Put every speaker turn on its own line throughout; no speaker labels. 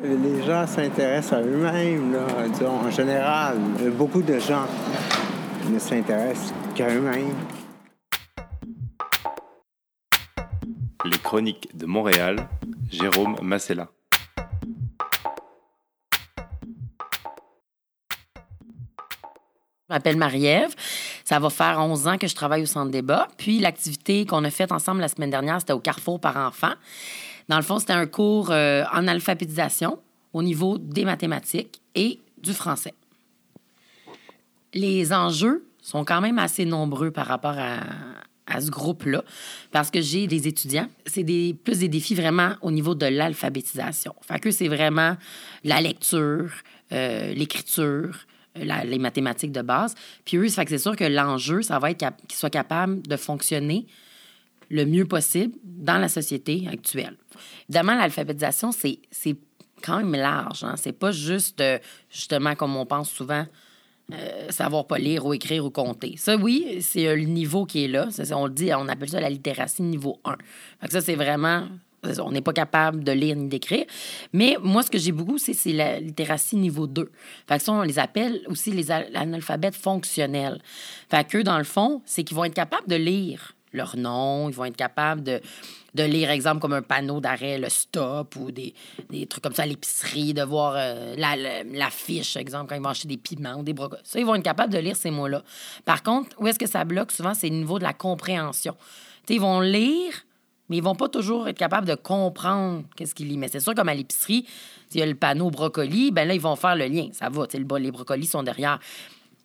les gens s'intéressent à eux-mêmes, là, disons, en général. Beaucoup de gens ne s'intéressent qu'à eux-mêmes.
Les Chroniques de Montréal, Jérôme Massella.
Je m'appelle Marie-Ève. Ça va faire 11 ans que je travaille au centre débat. Puis l'activité qu'on a faite ensemble la semaine dernière, c'était au Carrefour par enfant. Dans le fond, c'était un cours euh, en alphabétisation au niveau des mathématiques et du français. Les enjeux sont quand même assez nombreux par rapport à, à ce groupe-là, parce que j'ai des étudiants. C'est des, plus des défis vraiment au niveau de l'alphabétisation. Fait que c'est vraiment la lecture, euh, l'écriture, euh, la- les mathématiques de base. Puis eux, ça fait que c'est sûr que l'enjeu, ça va être cap- qu'ils soient capables de fonctionner le mieux possible dans la société actuelle. Évidemment, l'alphabétisation, c'est c'est quand même large. Hein? C'est pas juste, euh, justement, comme on pense souvent, euh, savoir pas lire ou écrire ou compter. Ça, oui, c'est euh, le niveau qui est là. Ça, c'est- on le dit, on appelle ça la littératie niveau 1. Fait que ça, c'est vraiment... c'est ça, On n'est pas capable de lire ni d'écrire. Mais moi, ce que j'ai beaucoup, c'est c'est la littératie niveau 2. Fait que ça, on les appelle aussi les al- analphabètes fonctionnels. Fait que, dans le fond, c'est qu'ils vont être capables de lire leur nom, ils vont être capables de, de lire, exemple, comme un panneau d'arrêt, le stop ou des, des trucs comme ça à l'épicerie, de voir euh, la, la- la fiche, exemple, quand ils vont acheter des piments ou des brocolis. Ça, ils vont être capables de lire ces mots-là. Par contre, où est-ce que ça bloque souvent, c'est le niveau de la compréhension. Tu sais, ils vont lire, mais ils vont pas toujours être capables de comprendre qu'est-ce qu'ils lisent. Mais c'est sûr, comme à l'épicerie, il y a le panneau brocoli, ben là, ils vont faire le lien. Ça va, tu sais, le bol- les brocolis sont derrière.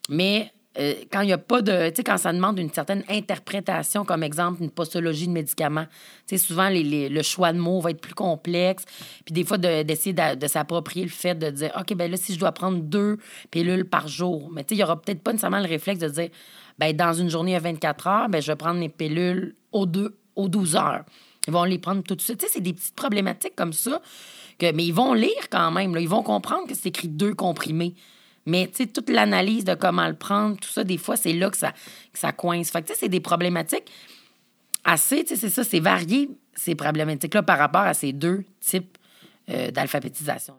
Mais euh, quand il y a pas de. Tu sais, quand ça demande une certaine interprétation, comme exemple, une postologie de médicaments, tu sais, souvent, les- les- le choix de mots va être plus complexe. Puis des fois, de- d'essayer d'a- de, s'approprier le fait de dire, OK, ben là, si je dois prendre deux pilules par jour, mais tu sais, il y aura peut-être pas nécessairement le réflexe de dire, ben dans une journée à 24 heures, ben je vais prendre mes pilules aux, deux, aux 12 heures. Ils vont les prendre tout de suite. Tu sais, c'est des petites problématiques comme ça. Que, mais ils vont lire quand même. là. Ils vont comprendre que c'est écrit deux comprimés. Mais tu sais, toute l'analyse de comment le prendre, tout ça, des fois, c'est là que ça, que ça coince. Fait que tu sais, c'est des problématiques assez, tu sais, c'est ça, c'est varié, ces problématiques-là, par rapport à ces deux types euh, d'alphabétisation.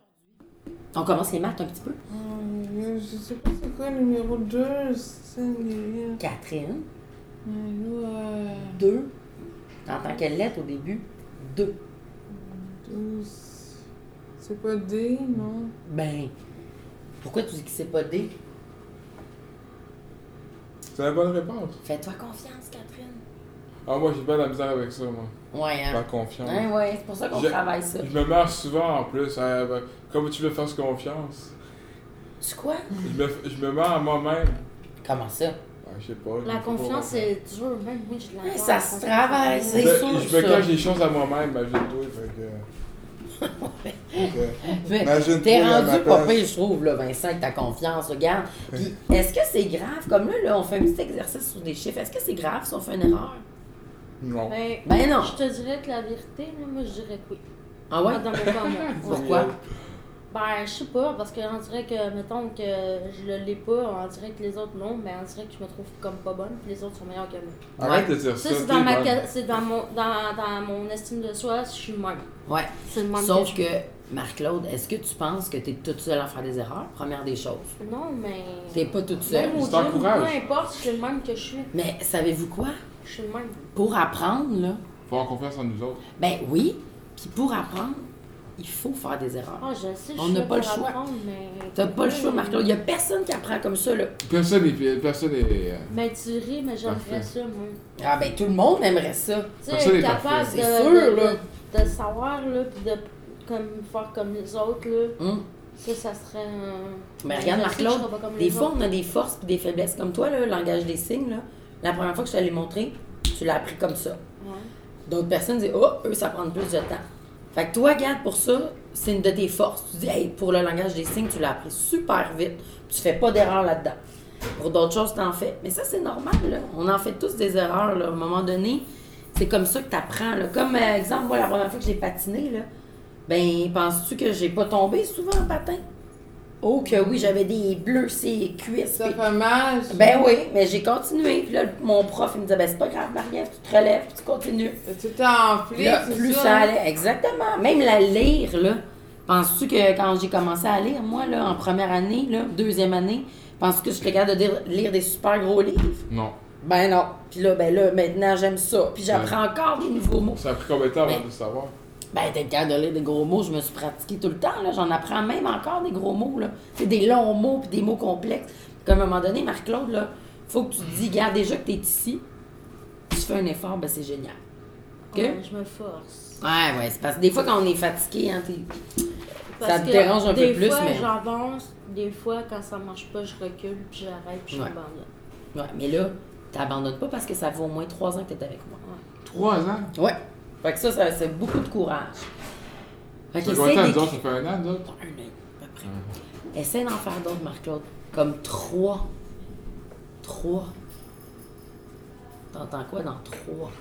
On commence les maths un petit peu.
Euh, Je sais pas c'est quoi le numéro 2, c'est les...
Catherine,
Numéro euh,
deux. T'entends quelle lettre au début? Deux.
12. C'est pas D, non?
Ben, pourquoi tu dis que c'est pas D?
C'est la bonne réponse.
Fais-toi confiance, Catherine.
Ah, moi, j'ai pas de la misère avec ça, moi.
Ouais, hein?
Pas confiance.
Hein, ouais, c'est pour ça qu'on
Je-
travaille ça.
Je me meurs souvent en plus. Ah, ben, Comment tu veux faire confiance?
Tu quoi?
Je me, je me meurs à moi-même.
Comment ça?
Ah, je sais pas.
La confiance, c'est dur. Même oui, je l'ai.
Hein, Ça se travaille,
Je,
c'est sûr.
je
ça.
me cache des choses à moi-même, imagine-toi. Fait que... Fait que-
Mais
Imagine-toi
T'es
à ma
rendu pas
place.
pire, je trouve, là, Vincent, avec ta confiance, regarde. Puis, est-ce que c'est grave? Comme là, là, on fait un petit exercice sur des chiffres. Est-ce que c'est grave si on fait une erreur?
Non.
Ben,
Ben non.
Je te dirais que la vérité, là, moi, je dirais que oui.
Ah ouais?
Moi, Dans mon cas, moi. Ouais.
Pourquoi?
Ben, je sais pas, parce que on dirait que, mettons que je le l'ai pas, on dirait que les autres l'ont, mais on dirait que je me trouve comme pas bonne, puis les autres sont meilleurs que moi.
euh, Arrête de dire ça.
Ça, c'est
t'es
dans, ma
bonne.
ca- c'est dans, mon, dans, dans mon estime de soi, je suis même.
Ouais.
C'est le même
Sauf
je-
que, Marc-Claude, est-ce que tu penses que t'es toute seule à faire des erreurs? Première des choses.
Non, mais.
T'es pas toute seule.
Même au
Je
gym,
t'encourage.
peu importe, je suis le même que je suis.
Mais savez-vous quoi?
Je suis le même.
Pour apprendre, là,
Faut avoir confiance en nous autres.
ben oui, puis pour apprendre, il faut faire des erreurs.
Ah, je sais, je
On
suis
n'a
là
pas le
pour
choix.
apprendre, mais.
T'as pas le choix, Marc-Claude. Il y a personne qui apprend comme ça, là.
Personne n'est. Personne est, euh,
Mais Ben, tu ris, mais
Parfait.
j'aimerais ça, moi.
Ah ben, tout le monde aimerait ça.
Tu
Personne
sais,
n'est
être capable
parfait.
de,
C'est sûr,
de,
là.
de- de savoir, là, puis de comme, faire comme les autres, là.
Hum.
Ça, ça serait un. Ben,
Mais regarde,
Je sais que je
Marc-Claude,
serais pas comme
des
les
fois,
autres.
on a des forces et des faiblesses. Comme toi, là, le langage des signes, là, la première fois que je te l'ai montré, tu l'as appris comme ça.
Ouais.
D'autres personnes disent Oh, eux, ça prend plus de temps. Fait que toi, regarde, pour ça, c'est une de tes forces. Tu dis Hey, pour le langage des signes, tu l'as appris super vite. Tu fais pas d'erreur là-dedans. Pour d'autres choses, t'en fais. Mais ça, c'est normal, là. On en fait tous des erreurs, là. À un moment donné, c'est comme ça que t'apprends, là. Comme, euh, exemple, moi, la première fois que j'ai patiné, là, ben, penses-tu que j'ai pas tombé souvent en patin? Oh, que oui, j'avais des bleus, ces cuisses.
Ça
puis-
fait mal.
ben oui, mais j'ai continué. Puis là, mon prof, il me disait, ben c'est pas grave, Marie-Ève, tu te relèves, puis tu continues.
T'as tout le temps enflé,
Puis là,
c'est
plus
ça?
ça allait, exactement. Même la lire, là. Penses-tu que quand j'ai commencé à lire, moi, là, en première année, là, deuxième année, penses-tu que j'étais capable de dire- lire des super gros livres?
Non.
Ben non. Puis là, ben là, maintenant, j'aime ça. Puis j'apprends encore des nouveaux mots.
Ça a pris combien de temps
Mais-
avant de le savoir?
Ben, d'être capable de lire des gros mots, je me suis pratiquée tout le temps, là. J'en apprends même encore des gros mots, là. C'est des longs mots, puis des mots complexes. Comme à un moment donné, Marc-Claude, là, faut que tu te dis, garde déjà que t'es ici, tu fais un effort, ben c'est génial. OK?
Ouais, je me force.
Ouais, ouais, c'est parce que des fois, quand on est fatigué, hein, t'es-
Parce
te
que
dérange un peu
des
plus,
fois,
mais-
j'avance. Des fois, quand ça marche pas, je recule, puis j'arrête, puis je
Ouais.
m'abandonne.
Ouais, mais là, t'abandonnes pas parce que ça fait au moins trois ans que t'es avec moi.
Trois ans?
Ouais. Fait que ça, ça c'est beaucoup de courage. Fait
Ça fait
qu'essaie
combien de temps, nous
d'écrire-
autres? Ça fait un an, nous autres?
Un an, à peu près. Essaie d'en faire d'autres, Marc-Claude. Comme trois. Trois. T'entends quoi dans trois?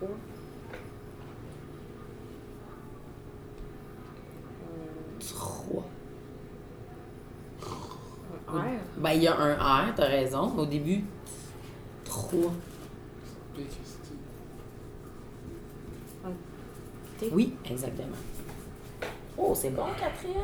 Trois.
Trois.
Ouais.
Ben, il y a un R, t'as raison. Au début, trois.
Puis, Christy.
Oui, exactement. Oh, c'est bon, Catherine.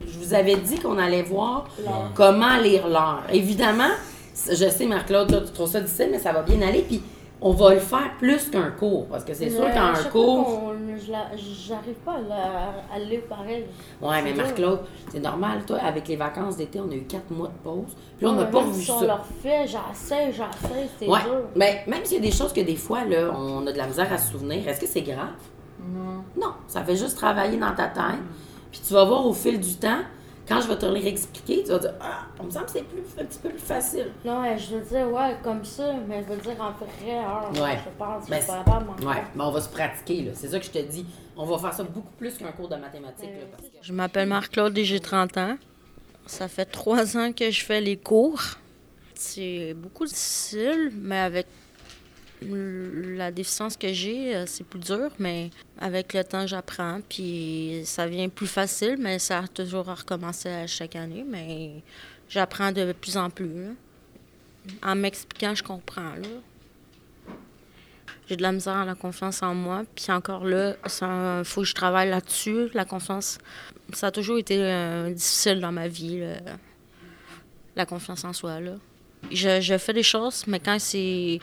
Je vous avais dit qu'on allait voir comment lire l'heure. Évidemment, c- je sais, Marc-Claude, toi, tu trouves ça difficile, mais ça va bien aller. Puis, on va le faire plus qu'un cours. Parce que c'est sûr
Mais à
qu'un
chaque fois
cours.
qu'on- je la- J'arrive pas à, la- à lire pareil.
Ouais, mais
C'est dur.
Marc-Claude, c'est normal. Toi, avec les vacances d'été, on a eu quatre mois de pause. Puis, là, on
Ouais,
n'a
mais
pas
même
revu
si
ça.
on leur fait, j'essaie, j'essaie, c'est
Ouais.
dur.
Mais même s'il y a des choses que des fois, là, on a de la misère à se souvenir, est-ce que c'est grave? Non. Non, ça fait juste travailler dans ta tête. Puis tu vas voir au fil du temps, quand je vais te les réexpliquer, tu vas dire Ah, on me semble que c'est plus, un petit peu plus facile.
Non, mais je veux dire, ouais, comme ça, mais je veux dire en vrai, heure,
Ouais.
je pense, je
Ben,
suis pas capable. moi.
Ouais, mais on va se pratiquer, là. C'est ça que je te dis. On va faire ça beaucoup plus qu'un cours de mathématiques, là, parce que-
Je m'appelle Marc-Claude et j'ai 30 ans. Ça fait trois ans que je fais les cours. C'est beaucoup difficile, mais avec la déficience que j'ai, euh, c'est plus dur, mais avec le temps, j'apprends. Puis ça vient plus facile, mais ça a toujours à recommencer à chaque année. Mais j'apprends de plus en plus. là. En m'expliquant, je comprends. là. J'ai de la misère à la confiance en moi. Puis encore là, il faut que je travaille là-dessus. La confiance, ça a toujours été euh, difficile dans ma vie, là. la confiance en soi. Là. Je, je fais des choses, mais quand c'est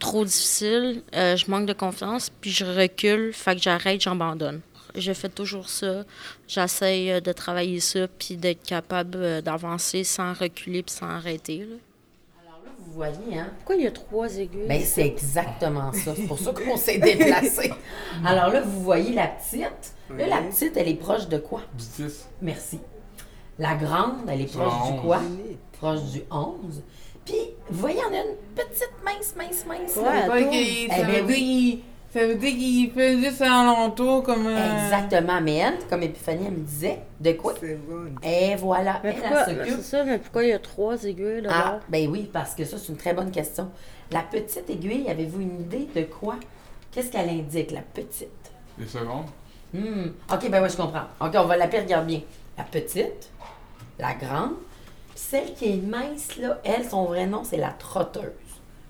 trop difficile, euh, je manque de confiance, puis je recule, fait que j'arrête, j'abandonne. Je fais toujours ça. J'essaye euh, de travailler ça, puis d'être capable euh, d'avancer sans reculer, puis sans arrêter. là.
Vous voyez, hein?
Pourquoi il y a trois aiguilles?
Ben, c'est exactement ça. C'est pour ça qu'on s'est déplacé. Alors là, vous voyez la petite. Là, la petite, elle est proche de quoi?
Du 10.
Merci. La grande, elle est
Du
proche du
11.
quoi? Proche du 11. Puis, vous voyez, on a une petite mince, mince, mince. là.
Fait qu'il-
Eh
ça
ben
veut dire qu'il- ça veut dire qu'il fait juste un alentour comme un.
Exactement. Mais elle, comme Épiphanie, elle me disait, de quoi?
C'est bon.
Et voilà, elle, elle s'occupe.
ça, mais pourquoi il y a trois aiguilles
Ah, ben oui, parce que ça, c'est une très bonne question. La petite aiguille, avez-vous une idée de quoi? Qu'est-ce qu'elle indique, la petite?
Des secondes.
Hmm. OK, ben oui, je comprends. OK, on va l'appeler, regarde bien. La petite, la grande, puis celle qui est mince, là, elle, son vrai nom, c'est la trotteuse.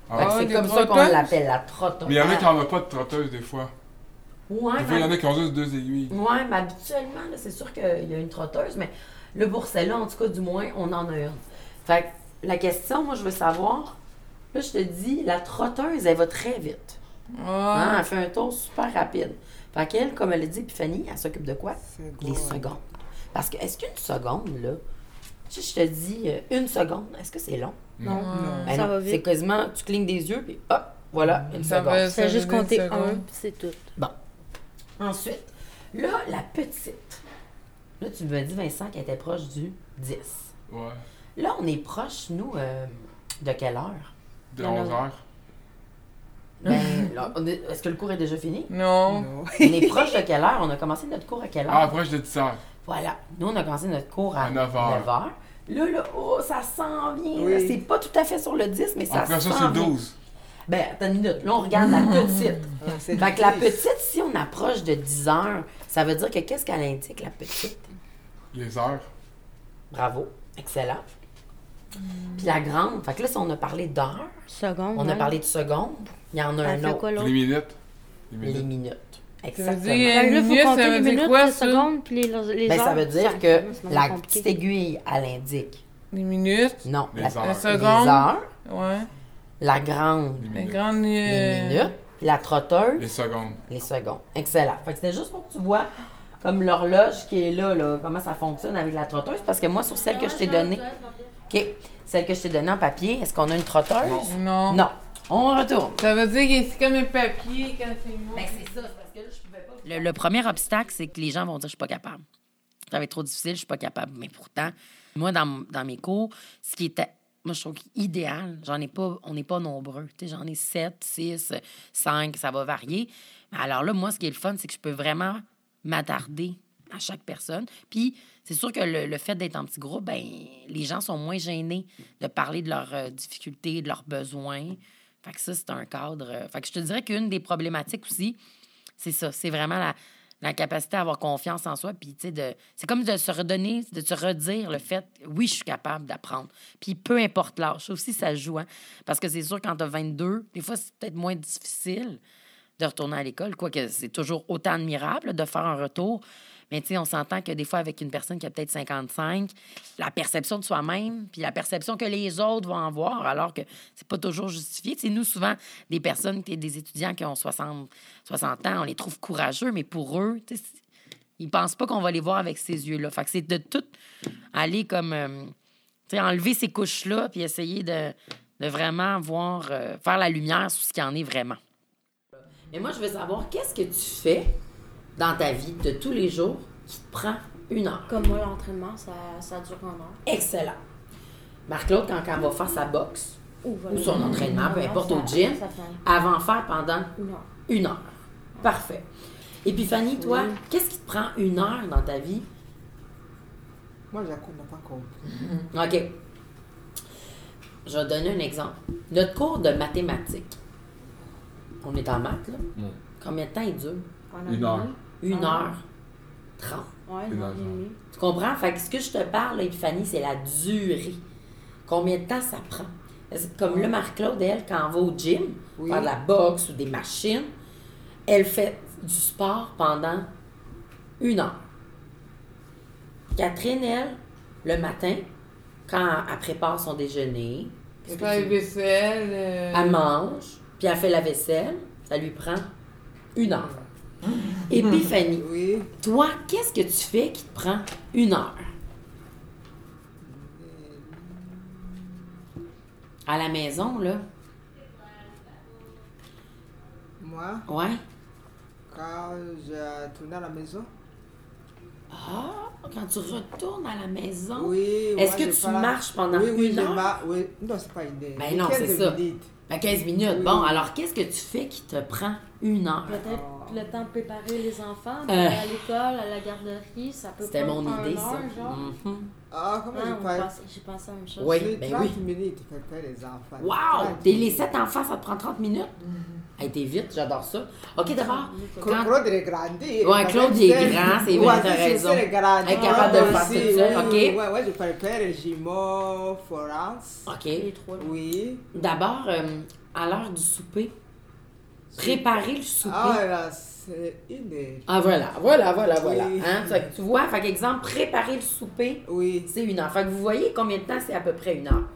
Fait que
Ah,
c'est
des
comme ça qu'on
trotteuses?
l'appelle, la trotteuse. Ah.
Mais il y en a qui n'en ont pas de trotteuse des fois.
Ouais,
Des fois, il y en
mais-
a qui ont juste deux aiguilles.
ouais, mais habituellement, là, c'est sûr qu'il y a une trotteuse, mais le bourselet, en tout cas, du moins, on en a une. Fait que la question, moi, je veux savoir, là, je te dis, la trotteuse, elle va très vite.
Ah,
Hein, elle fait un tour super rapide. Fait qu'elle, comme elle l'a dit, Epiphanie, elle s'occupe de quoi? Les secondes. Parce que, est-ce qu'une seconde, là, si je te dis euh, une seconde, est-ce que c'est long?
Non.
Ben
Ça
non,
va vite. Mm,
C'est quasiment, tu clignes des yeux, puis hop, voilà, une
ça
seconde.
va- ça
C'est juste
veut
compter
dire une
un,
seconde.
puis c'est tout.
Ensuite, là, la petite. Là, tu me dis, Vincent, qu'elle était proche du 10.
Ouais.
Là, on est proche, nous, euh, de quelle heure?
De
Non,
11
non.
heures.
Ben, là, on est- est-ce que le cours est déjà fini?
Non.
On est proche de quelle heure? On a commencé notre cours à quelle heure?
Ah, proche de 10 heures.
Voilà. Nous, on a commencé notre cours à
À
9h.
9 heures.
Là, là, oh, ça s'en vient. là. C'est pas tout à fait sur le 10, mais ça
Après ça,
s'en
c'est
vient.
12.
Ben, attends une minute. Là, on regarde la petite.
Ah,
fait que la petite, si on approche de 10 heures, ça veut dire que qu'est-ce qu'elle indique, la petite?
Les heures.
Bravo. Excellent. Puis la grande. Fait que là, si on a parlé d'heures,
Seconde.
hein? on a parlé de secondes, il y en a
de
un autre.
quoi l'autre?
Les minutes. Les
Les
minutes.
minutes.
Ça veut
Exactement.
dire
Fait que là,
une
il
minute,
faut compter
ça
les
veut dire
minutes,
quoi,
les
ça?
secondes, puis les, les
Ben,
heures.
ça veut dire
C'est
que
vraiment
la
compliqué.
petite aiguille, elle indique.
Des minutes,
Non,
Les
la,
heures.
La
les
seconde.
heures,
ouais.
la grande,
Les grandes...
les
euh,
minutes, la trotteuse,
Les secondes.
les secondes. Excellent. Fait que c'était juste pour que tu vois comme l'horloge qui est là, là, comment ça fonctionne avec la trotteuse. Parce que moi, sur celle que je t'ai donnée, OK, celle que je t'ai donnée en papier, est-ce qu'on a une trotteuse?
Non.
Non. On retourne.
Ça veut dire que c'est comme un papier quand Ben, c'est mou.
Ben,
Le, le premier obstacle, c'est que les gens vont dire je suis pas capable. Ça va être trop difficile, je suis pas capable. Mais pourtant, moi, dans, m- dans mes cours, ce qui était. Moi, je trouve idéal, j'en ai pas, on n'est pas nombreux. Tu sais, J'en ai 7, 6, 5, ça va varier. Mais Alors là, moi, ce qui est le fun, c'est que je peux vraiment m'attarder à chaque personne. Puis, c'est sûr que le, le fait d'être en petit groupe, ben, les gens sont moins gênés de parler de leurs euh, difficultés, de leurs besoins. Fait que ça, c'est un cadre. euh, Fait que je te dirais qu'une des problématiques aussi, c'est ça. C'est vraiment la, la capacité à avoir confiance en soi. Puis, tu sais, de- c'est comme de se redonner, de se redire le fait, oui, je suis capable d'apprendre. Puis, peu importe l'âge. Ça aussi, ça joue. hein. Parce que c'est sûr, quand tu as 22, des fois, c'est peut-être moins difficile de retourner à l'école. Quoique, c'est toujours autant admirable là, de faire un retour. Mais, tu sais, on s'entend que des fois, avec une personne qui a peut-être 55, la perception de soi-même, puis la perception que les autres vont en voir, alors que c'est pas toujours justifié. Tu sais, nous, souvent, des personnes, qui- des étudiants qui ont 60, 60 ans, on les trouve courageux, mais pour eux, tu sais, c'est- ils pensent pas qu'on va les voir avec ces yeux-là. Fait que c'est de tout aller comme... euh, tu sais, enlever ces couches-là, puis essayer de, de vraiment voir, euh, faire la lumière sur ce qu'il y en est vraiment.
Mais moi, je veux savoir, qu'est-ce que tu fais dans ta vie de tous les jours qui te prend une heure?
Comme moi, l'entraînement, ça, ça dure un an.
Excellent. Marc-Claude, quand elle va faire sa boxe,
Ou,
Ou son entraînement, peu importe, au
ça-
gym.
Ça fait
avant faire pendant
une heure.
une heure. Parfait. Et puis, Fanny, toi, qu'est-ce qui te prend une heure dans ta vie?
Moi, la cour n'a pas compris.
OK. Je vais donner un exemple. Notre cours de mathématiques. On est en maths, là. Combien de temps il dure?
En
Une
heure et
heure.
demie.
Une
Ah.
heure trente.
Ouais,
Une
une heure et
heure.
demie.
Tu comprends? Fait que ce que je te parle, là, Fanny, c'est la durée. Combien de temps ça prend? Parce que Comme là, Marc-Claude, elle, quand elle va au gym,
Oui.
faire de la boxe ou des machines, elle fait du sport pendant une heure. Catherine, elle, le matin, quand elle prépare son déjeuner,
C'est pas les vaisselles. euh,
elle mange, puis elle fait la vaisselle, ça lui prend une heure. Et puis, Fanny,
Oui.
toi, qu'est-ce que tu fais qui te prend une heure? À la maison, là.
Moi,
Ouais.
quand je tournais à la maison.
Ah, quand tu retournes à la maison.
Oui.
Hein? Est-ce
moi,
que
j'ai
tu
pas la-
marches pendant
oui, oui,
une
je
heure?
marche, oui. Non, c'est pas une heure.
Ben non,
Quinze
c'est ça.
minutes.
Ben, 15 minutes. Bon, alors qu'est-ce que tu fais qui te prend une heure?
Peut-être le temps de préparer les enfants,
Euh.
d'aller à l'école, à la garderie, ça peut
C'était
pas
mon
prendre
idée,
une
ça.
heure, genre.
Mhm.
Ah, comment
Ouais,
je
on
parle
pense- J'ai pensé à la même chose.
Oui,
J'ai
ben
30
oui.
minutes pour faire les enfants.
Wow!
30
T'es les
minutes.
sept enfants, ça te prend 30 minutes? Hey, t'es vite, j'adore ça. OK, d'abord, quand...
Claude est grandi.
Ouais, Claude, il est grand, c'est vrai, t'as raison.
Il est grandi.
Elle est capable de le faire
Aussi,
toute seule,
oui,
ok.
oui, Ouais, ouais, je prépare le jumeau, Florence.
OK.
Les trois.
Oui.
D'abord, euh, à l'heure du souper, préparer le souper.
Ah, là, c'est une heure.
Ah, voilà, voilà, voilà, voilà.
Oui.
Hein? Fait que tu vois, fait qu'exemple, préparer le souper,
Oui.
c'est une heure. Fait que vous voyez combien de temps c'est à peu près une heure.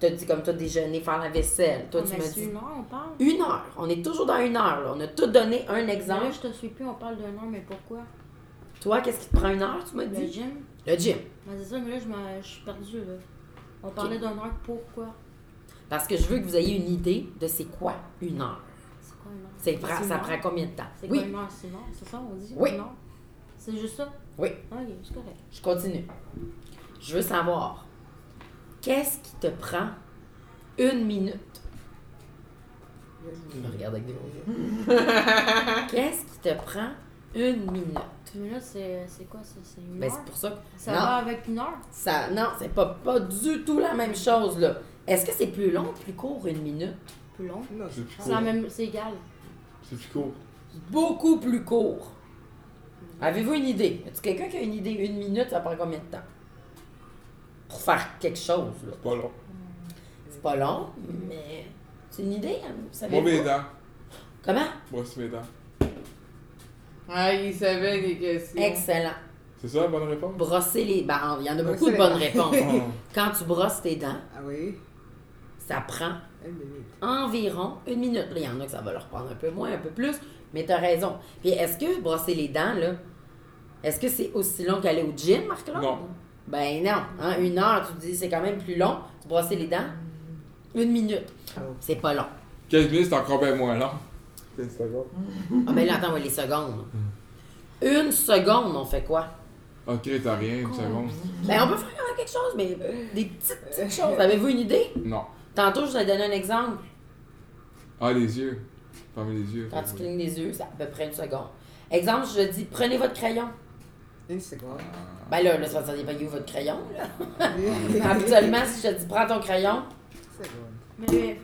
Tu dit comme toi, déjeuner, faire la vaisselle. Toi,
On
tu
a
me
su
dis
une heure, on parle.
une heure. On est toujours dans une heure. là. On a tout donné un
Non,
exemple.
là, je te suis plus, on parle d'un an, mais pourquoi
Toi, qu'est-ce qui te prend une heure, tu m'as
Le
dit?
gym
Le gym.
Ben, c'est ça, mais là, je, m'en- je suis perdue, là. On parlait d'un heure, pourquoi
Parce que je veux que vous ayez une idée de c'est quoi une heure.
C'est quoi une heure
C'est pra-
C'est
ça
une
prend
heure?
combien de temps?
C'est quoi
Oui,
une heure C'est une heure, c'est ça, on dit
Oui.
Une heure C'est juste ça
oui.
Ok, c'est correct.
Je continue. Je veux savoir, qu'est-ce qui te prend une minute? Je me regarde avec des gros yeux. Qu'est-ce qui te prend une minute?
Une minute, c'est c'est quoi ça C'est une
Ben,
heure
c'est pour ça que.
Ça
non,
va avec une heure
ça- non, c'est pas, pas du tout la même chose, là. Est-ce que c'est plus long ou plus court une minute?
Plus long
Non,
C'est plus
C'est la
court.
même- C'est égal.
C'est plus court.
Beaucoup plus court. Avez-vous une idée? Y a-t-il quelqu'un qui a une idée? Une minute, ça prend combien de temps? Pour faire quelque chose, là.
C'est pas long.
C'est pas long, mais c'est une idée, hein, vous savez.
Moi, mes dents.
Comment?
Moi, c'est mes dents.
Ah, il savait les questions.
Excellent.
C'est ça la bonne réponse?
Brosser les dents. Il y en a
Brosser
beaucoup de
les
bonnes
dents.
réponses. Quand tu brosses tes dents,
Ah oui.
ça prend
Une minute.
environ une minute. Là, il y en a que ça va leur prendre un peu moins, un peu plus, mais t'as raison. Puis est-ce que brosser les dents, là, est-ce que c'est aussi long qu'aller au gym, marc
Ah, Non.
Ben non. hein, une heure, tu te dis, c'est quand même plus long. Tu brosser les dents, une minute. C'est pas long.
15 minutes, c'est encore bien moins long. 15 secondes.
Ah ben là, attends, ouais, les secondes. Une seconde, on fait quoi?
Ok, t'as rien, une seconde.
Ben on peut faire euh, quelque chose, mais des petites, petites choses. Euh, Avez-vous une idée?
Non.
Tantôt, je vous ai donné un exemple.
Ah, les yeux. Fermez les yeux.
Quand tu clignes les yeux, c'est à peu près une seconde. Exemple, je dis, prenez votre crayon.
Une seconde.
Ben là, là, ça, ça dépend où votre crayon. là.
Une
Habituellement, si je te dis, prends ton crayon,
seconde.
Mais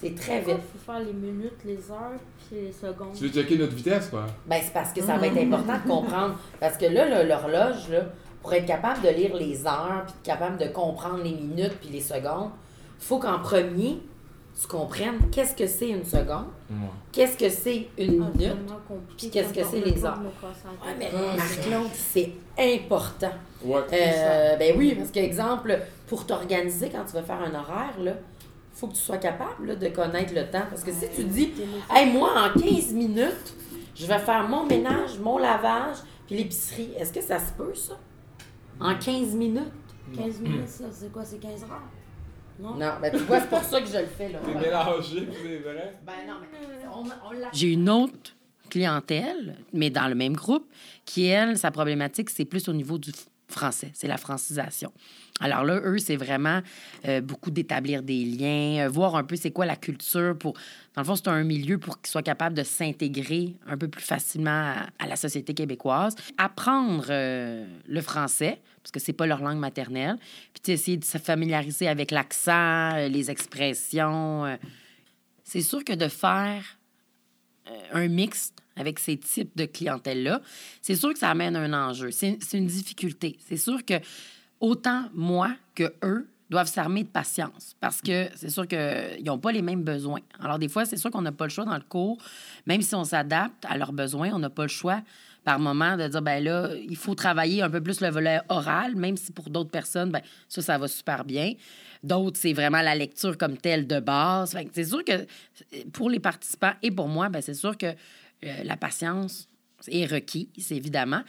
c'est très
pourquoi
vite.
faut faire les minutes, les heures, puis les secondes?
Tu veux checker notre vitesse, quoi?
Ben, c'est parce que ça va être important de comprendre. Parce que là, là, l'horloge, là, pour être capable de lire les heures, puis être capable de comprendre les minutes, puis les secondes, faut qu'en premier, tu comprennes qu'est-ce que c'est une seconde, qu'est-ce que c'est une
Ah,
minute.
c'est tellement compliqué
Puis qu'est-ce que
qu'on
c'est,
peut
les
pas
heures?
me concentrer.
Ouais, mais Marc-Claude, Ah, c'est important.
Ouais.
Euh, ben oui, parce qu'exemple, pour t'organiser quand tu vas faire un horaire, là, faut que tu sois capable là, de connaître le temps. Parce que si tu dis, hey, moi, en 15 minutes, je vais faire mon ménage, mon lavage, puis l'épicerie, est-ce que ça se peut, ça? En 15 minutes?
15 minutes, ça, c'est quoi? C'est 15 heures?
Non, ben tu vois, c'est pour ça que je le fais, là.
T'es mélangé, c'est vrai?
Ben non, mais on, on l'a- J'ai une autre clientèle, mais dans le même groupe, qui, elle, sa problématique, c'est plus au niveau du f- français, c'est la francisation. Alors là, eux, c'est vraiment euh, beaucoup d'établir des liens, euh, voir un peu c'est quoi la culture pour... Dans le fond, c'est un milieu pour qu'ils soient capables de s'intégrer un peu plus facilement à, à la société québécoise. Apprendre euh, le français, parce que c'est pas leur langue maternelle, puis tu sais, essayer de se familiariser avec l'accent, euh, les expressions... euh, c'est sûr que de faire euh, un mix avec ces types de clientèle-là, c'est sûr que ça amène un enjeu. C'est c'est une difficulté. C'est sûr que autant moi que eux doivent s'armer de patience parce que c'est sûr qu'ils n'ont pas les mêmes besoins. Alors, des fois, c'est sûr qu'on n'a pas le choix dans le cours, même si on s'adapte à leurs besoins, on n'a pas le choix par moment de dire, ben là, il faut travailler un peu plus le volet oral, même si pour d'autres personnes, ben ça, ça va super bien. D'autres, c'est vraiment la lecture comme telle de base. Fait que c'est sûr que euh, pour les participants et pour moi, ben c'est sûr que euh, la patience est requise, évidemment.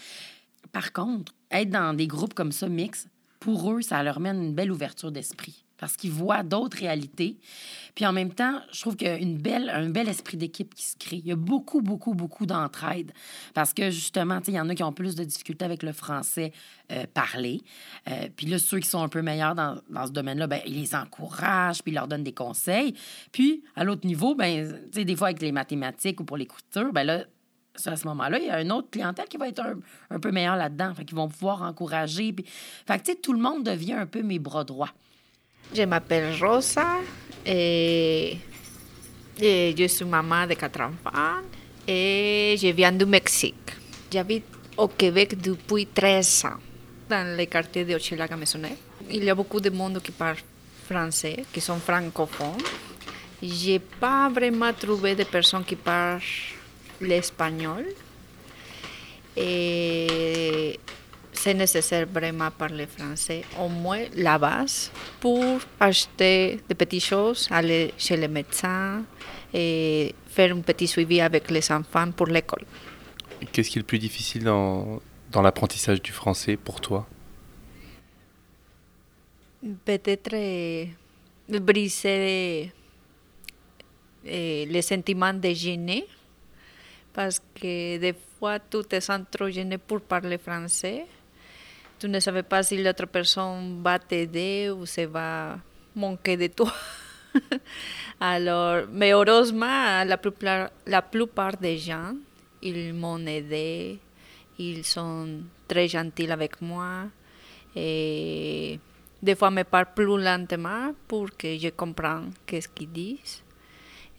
Par contre, être dans des groupes comme ça mixtes, pour eux, ça leur mène une belle ouverture d'esprit parce qu'ils voient d'autres réalités. Puis en même temps, je trouve qu'il y a une belle, un bel esprit d'équipe qui se crée. Il y a beaucoup, beaucoup, beaucoup d'entraide parce que justement, tu sais, il y en a qui ont plus de difficultés avec le français euh, parlé. Euh, puis là, ceux qui sont un peu meilleurs dans, dans ce domaine-là, ben, ils les encouragent, puis ils leur donnent des conseils. Puis à l'autre niveau, ben, tu sais, des fois avec les mathématiques ou pour l'écriture, ben là, ça, à ce moment-là, il y a une autre clientèle qui va être un, un peu meilleure là-dedans. Fait qu'ils vont pouvoir encourager. Puis... Fait que, tu sais, tout le monde devient un peu mes bras droits.
Je m'appelle Rosa eh, et, et je suis maman de quatre enfants et je viens du Mexique. J'habite au Québec depuis 13 ans, dans le quartier de Hochelaga Maisonneuve. Il y a beaucoup de monde qui parle français, qui sont francophones. J'ai pas vraiment trouvé de personnes qui parlent l'espagnol. Et c'est nécessaire vraiment parler français, au moins la base, pour acheter des petites choses, aller chez le médecin et faire un petit suivi avec les enfants pour l'école.
Qu'est-ce qui est le plus difficile dans, dans l'apprentissage du français pour toi
Peut-être euh, briser euh, les sentiments de gêner, parce que des fois tu te sens trop gêné pour parler français. Tu ne savais pas si l'autre personne va t'aider ou se va manquer de toi. Alors, mais heureusement, la plupart, la plupart des gens, ils m'ont aidé, ils sont très gentils avec moi et des fois me parlent plus lentement pour que je comprenne qu'est-ce qu'ils disent.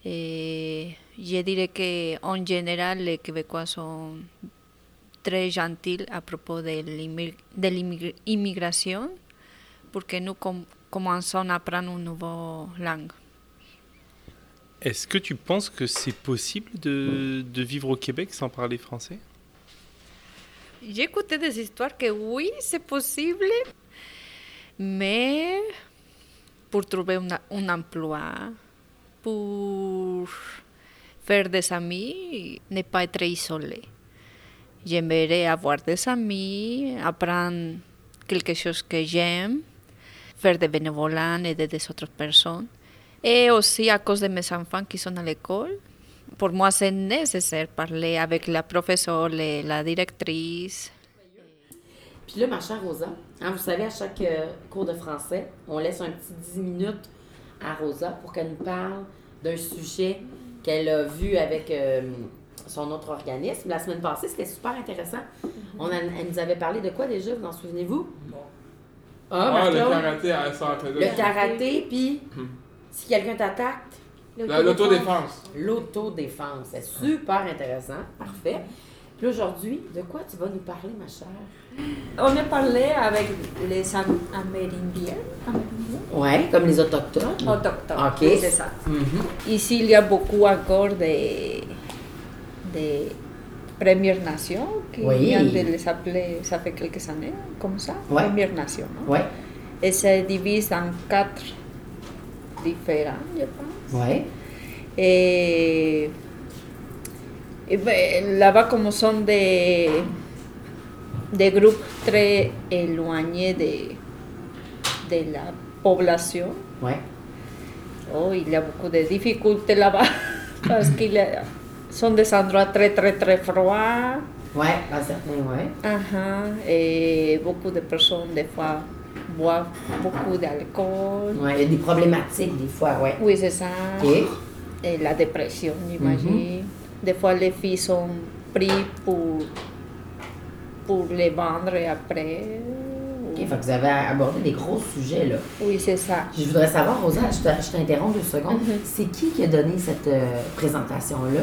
Et je dirais que en général, les Québécois sont très gentils à propos de l'immi- de l'immigration pour que nous com- commençons à apprendre une nouvelle langue.
Est-ce que tu penses que c'est possible de, de vivre au Québec sans parler français
J'ai écouté des histoires que oui, c'est possible, mais pour trouver una- un emploi, pour faire des amis, ne pas être isolé. J'aimerais avoir des amis, apprendre quelque chose que j'aime, faire des bénévolat, aider des E, autres personnes. Et aussi à cause de mes enfants qui sont à l'école, pour moi c'est nécessaire parler avec la professeure, et la directrice.
Puis là, ma chère Rosa, hein, vous savez, à chaque euh, cours de français, on laisse un petit 10 minutes à Rosa pour qu'elle nous parle d'un sujet qu'elle a vu avec euh, son autre organisme. La semaine passée, c'était super intéressant. On a- elle nous avait parlé de quoi déjà, vous en souvenez-vous? Ah,
Ah, le
Marc-Claude?
karaté, Mm-hmm. elle s'en rappelle.
Le karaté, puis si quelqu'un t'attaque,
La- l'autodéfense.
L'autodéfense, c'est super intéressant, parfait. Puis aujourd'hui, de quoi tu vas nous parler, ma chère?
On a parlé avec les Am- Amérindiens. Amérindiens?
Ouais, comme les autochtones.
Autochtones,
OK.
oui, c'est ça.
Mhm.
Ici, il pues, y a beaucoup encore de, de Premières Nations qui
Oui.
viennent de les appeler, ça fait quelques années, comme ça,
Ouais.
Premières Nations. hein.
Ouais.
Et ça divise en quatre différents, je pense.
Ouais.
Et, et ben, là-bas, comme sont des, des groupes très éloignés de, de la population,
Ouais.
Oh, il y a beaucoup de difficultés là-bas parce qu'ils sont des endroits très très très froids.
Ouais, à certains, ouais.
Aha, Et beaucoup Eh, de personnes des fois boivent beaucoup d'alcool.
Ouais, il y a des problématiques des fois, ouais.
Oui, c'est ça.
Ok.
Et Pues eh, la dépression, j'imagine. Des fois, les filles sont prises pour, pour les vendre après.
OK, fait que vous avez abordé des gros sujets, là.
Oui, c'est ça.
Je voudrais savoir, Rosa, je t'a- je t'interromps deux secondes. C'est qui qui a donné cette euh, présentation-là?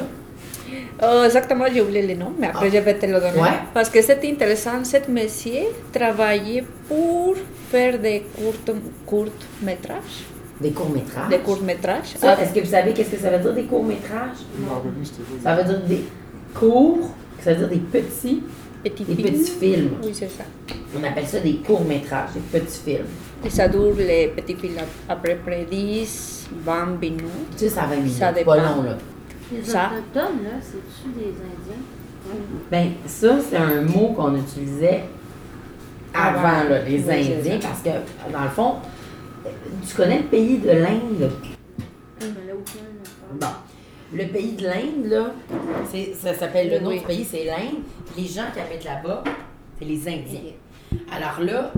Oh, exactement, j'ai oublié le nom, mais après je vais te le donner.
Ouais.
Parce que c'est intéressant, cette métier travaillait pour faire des courts, courts métrages.
Des courts-métrages?
Des courts métrages.
Ça, Est-ce que vous savez qu'est-ce que ça veut dire, des courts-métrages? Ça veut dire des courts, ça veut dire des petits, des petits films.
Oui, c'est ça.
On appelle ça des courts-métrages, des petits films.
Et ça dure les petits films à à peu près 10, 20 minutes.
Tu sais, ça va minutes,
Ça
c'est
dépend.
pas long, là.
Les
Ça.
autochtones, là, c'est-tu des Indiens?
Ben, ça, c'est un mot qu'on utilisait avant, là, les
Oui, c'est
Indiens, parce que, dans le fond, tu connais le pays de l'Inde. Bon. Le pays de l'Inde, là, c'est- ça s'appelle le nom
Oui.
du pays, c'est l'Inde. Les gens qui habitent là-bas, c'est les Indiens. Alors là,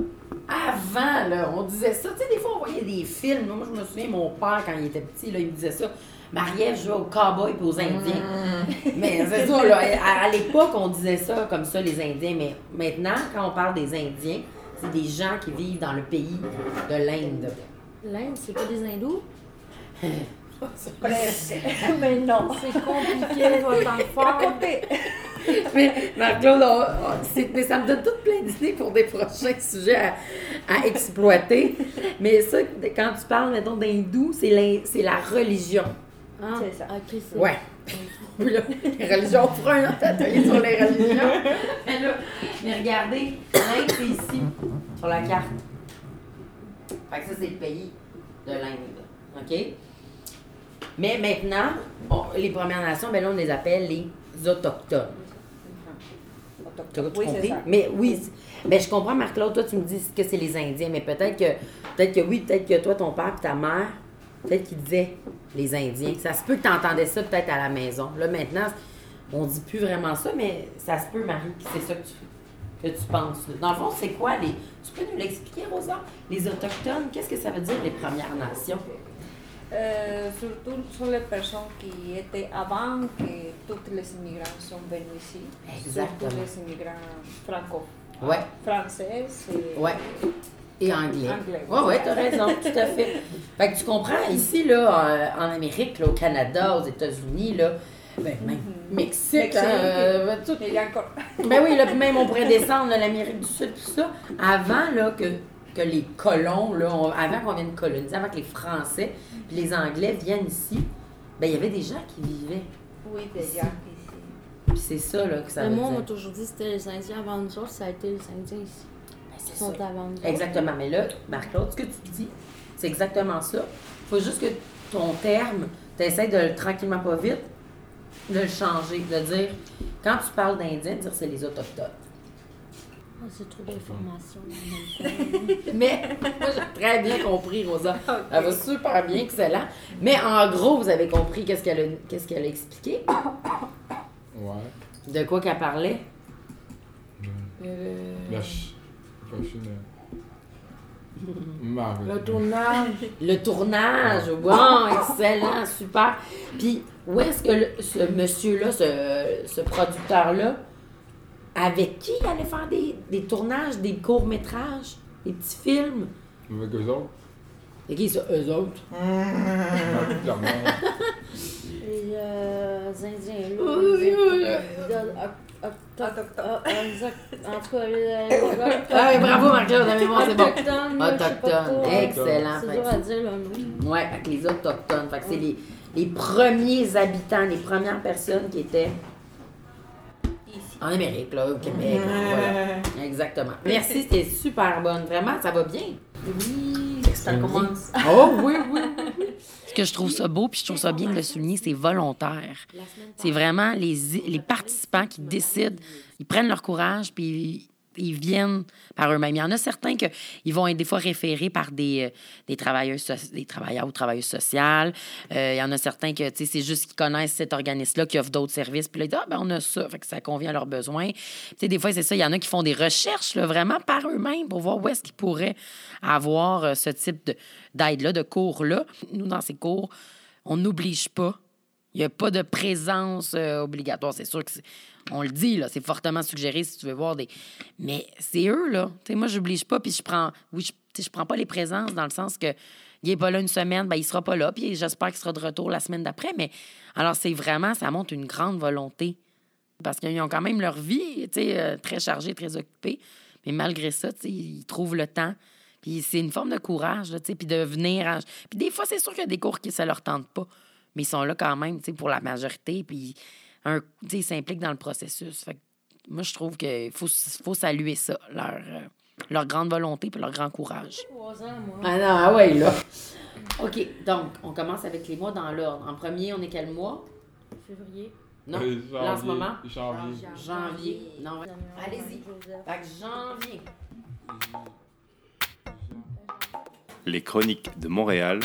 avant, là, on disait ça. Tu sais, des fois, on voyait des films. Moi, je me souviens, mon père, quand il était petit, là, il me disait ça. Marie-Ève jouait aux cowboys et aux Indiens. Mais c'est ça, là. À, à l'époque, on disait ça comme ça, les Indiens. Mais maintenant, quand on parle des Indiens, c'est des gens qui vivent dans le pays de l'Inde.
L'Inde, c'est pas des hindous?
Mais non.
C'est compliqué, votre enfant.
Mais Marc-Claude, on- on- c'est- mais ça me donne tout plein d'idées pour des prochains sujets à, à exploiter. Mais ça, quand tu parles, mettons, d'hindou, c'est l'in- c'est la religion.
Ah, c'est ça. Ok, c'est
Ouais. Puis là, les religions, on fera un autre atelier sur les religions. Mais là, mais regardez, l'Inde, c'est ici, sur la carte. Fait que ça, c'est le pays de l'Inde. OK? Mais maintenant, on- les Premières Nations, ben là, on les appelle les Autochtones. T'as tout
Oui, c'est
compris?
ça.
Mais oui, c'est- ben, je comprends, Marc-Claude, toi, tu me dis que c'est les Indiens, mais peut-être que, peut-être que oui, peut-être que toi, ton père et ta mère, peut-être qu'ils disaient les Indiens. Ça se peut que tu entendais ça peut-être à la maison. Là, maintenant, on dit plus vraiment ça, mais ça se peut, Marie, que c'est ça que tu, que tu penses. Dans le fond, c'est quoi les. Tu peux nous l'expliquer, Rosa? Les Autochtones, qu'est-ce que ça veut dire, les Premières Nations?
Euh, surtout sur les personnes qui étaient avant que tous les immigrants sont venus ici.
Exactement.
Surtout les immigrants franco eh,
Ouais.
français et
Ouais. Et anglais.
Anglais,
Ouais,
oui.
ouais, t'as raison, tout à fait. Fait que tu comprends, ici, là, euh, en, en Amérique, là, au Canada, aux États-Unis, là, ben, même Mexique, hein, euh, tout.
Il y a encore.
Ben oui, là, puis même on pourrait descendre là, l'Amérique du Sud, tout ça. Avant là, que, que les colons, là, on- avant qu'on vienne coloniser, avant que les Français puis les Anglais viennent ici, ben il y avait des gens qui vivaient.
Oui, déjà ici.
Puis c'est ça là, que ça
Mais
veut
moi, on
dire.
m'a toujours dit que c'était les Indiens avant nous autres, ça a été les Indiens ici.
Ben, c'est
Ils sont
ça.
avant nous autres.
Exactement. Mais là, Marc-Claude, ce que tu dis, c'est exactement ça. faut juste que ton terme, tu essaies de le tranquillement pas vite, de le changer, de dire, quand tu parles d'Indien, dire c'est les Autochtones.
Ah, C'est trop d'informations.
Mais moi, j'ai très bien compris, Rosa. Elle va super bien, excellent. Mais en gros, vous avez compris qu'est-ce qu'elle a, qu'est-ce qu'elle a expliqué,
Ouais.
de quoi qu'elle parlait.
La ch... Pas chine. Marre.
Le tournage. Le tournage, bon, excellent, super. Puis, où est-ce que le- ce monsieur-là, ce, ce producteur-là, avec qui il allait faire des, des tournages, des courts-métrages, des petits films?
Avec eux autres.
C'est qui ça, eux autres?
Les euh, Indiens,
Oui, oui,
là. les Autochtones. ah, En tout cas, les.
Ah, bravo, Marc-Claude, la mémoire, c'est bon.
Autochtones, là, je sais pas
Autochtones,
trop. euh,
excellent.
C'est dur à dire le nom.
Ouais, avec les Autochtones. Fait que c'est les, les premiers habitants, les premières personnes qui étaient en Amérique, là, au Québec. là, voilà. Exactement. Merci, c'était super bonne. Vraiment, ça va bien. Oui, ça commence. Oh oui, oui.
Ce que je trouve ça beau, puis je trouve ça bien de le souligner, c'est volontaire.
C'est vraiment les, les participants qui décident, ils prennent leur courage, puis ils, ils viennent par eux-mêmes. Il y en a certains que ils vont être des fois référés par des, euh, des, travailleurs, des travailleurs ou travailleuses sociales. Euh, il y en a certains que, tu sais, c'est juste qu'ils connaissent cet organisme-là qui offre d'autres services. Puis là, ils disent, ah, ben, on a ça, fait que ça convient à leurs besoins. Tu sais, des fois, c'est ça. Il y en a qui font des recherches, là, vraiment par eux-mêmes pour voir où est-ce qu'ils pourraient avoir euh, ce type de- d'aide-là, de cours-là. Nous, dans ces cours, on n'oblige pas il n'y a pas de présence euh, obligatoire. C'est sûr que c'est- on le dit, là, c'est fortement suggéré si tu veux voir des. Mais c'est eux, là. Tu sais, moi, j'oblige pas, puis je prends. Oui, je, tu sais, je prends pas les présences dans le sens que il est pas là une semaine, ben il sera pas là, puis j'espère qu'il sera de retour la semaine d'après. Mais alors, c'est vraiment, ça montre une grande volonté. Parce qu'ils ont quand même leur vie, tu sais, euh, très chargée, très occupée. Mais malgré ça, tu sais, ils trouvent le temps. Puis c'est une forme de courage, là, tu sais, puis de venir. en- Puis des fois, c'est sûr qu'il y a des cours qui ça leur tente pas, mais ils sont là quand même, tu sais, pour la majorité. Puis un, tu sais, ils s'impliquent dans le processus. Fait que moi, je trouve qu'il faut, faut saluer ça, leur, euh, leur grande volonté puis leur grand courage.
Trois ans, moi.
Ah non, ah ouais, là. OK, donc, on commence avec les mois dans l'ordre. En premier, on est quel mois?
Février.
Non,
Euh,
là, en ce
janvier,
moment?
janvier.
Janvier. Non, allez-y. Fait que janvier.
Les Chroniques de Montréal,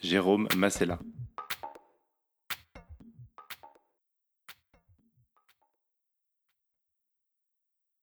Jérôme Massella.